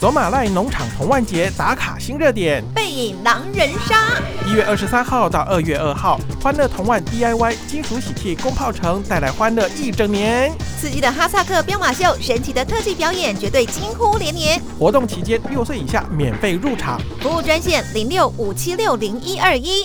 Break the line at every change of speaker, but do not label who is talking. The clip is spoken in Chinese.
走马赖农场童万节打卡新热点，
背影狼人杀，
一月二十三号到二月二号，欢乐童万 DIY 金属喜气工炮城带来欢乐一整年。
刺激的哈萨克彪马秀，神奇的特技表演，绝对惊呼连连。
活动期间，六岁以下免费入场。
服务专线零六五七六零一二一。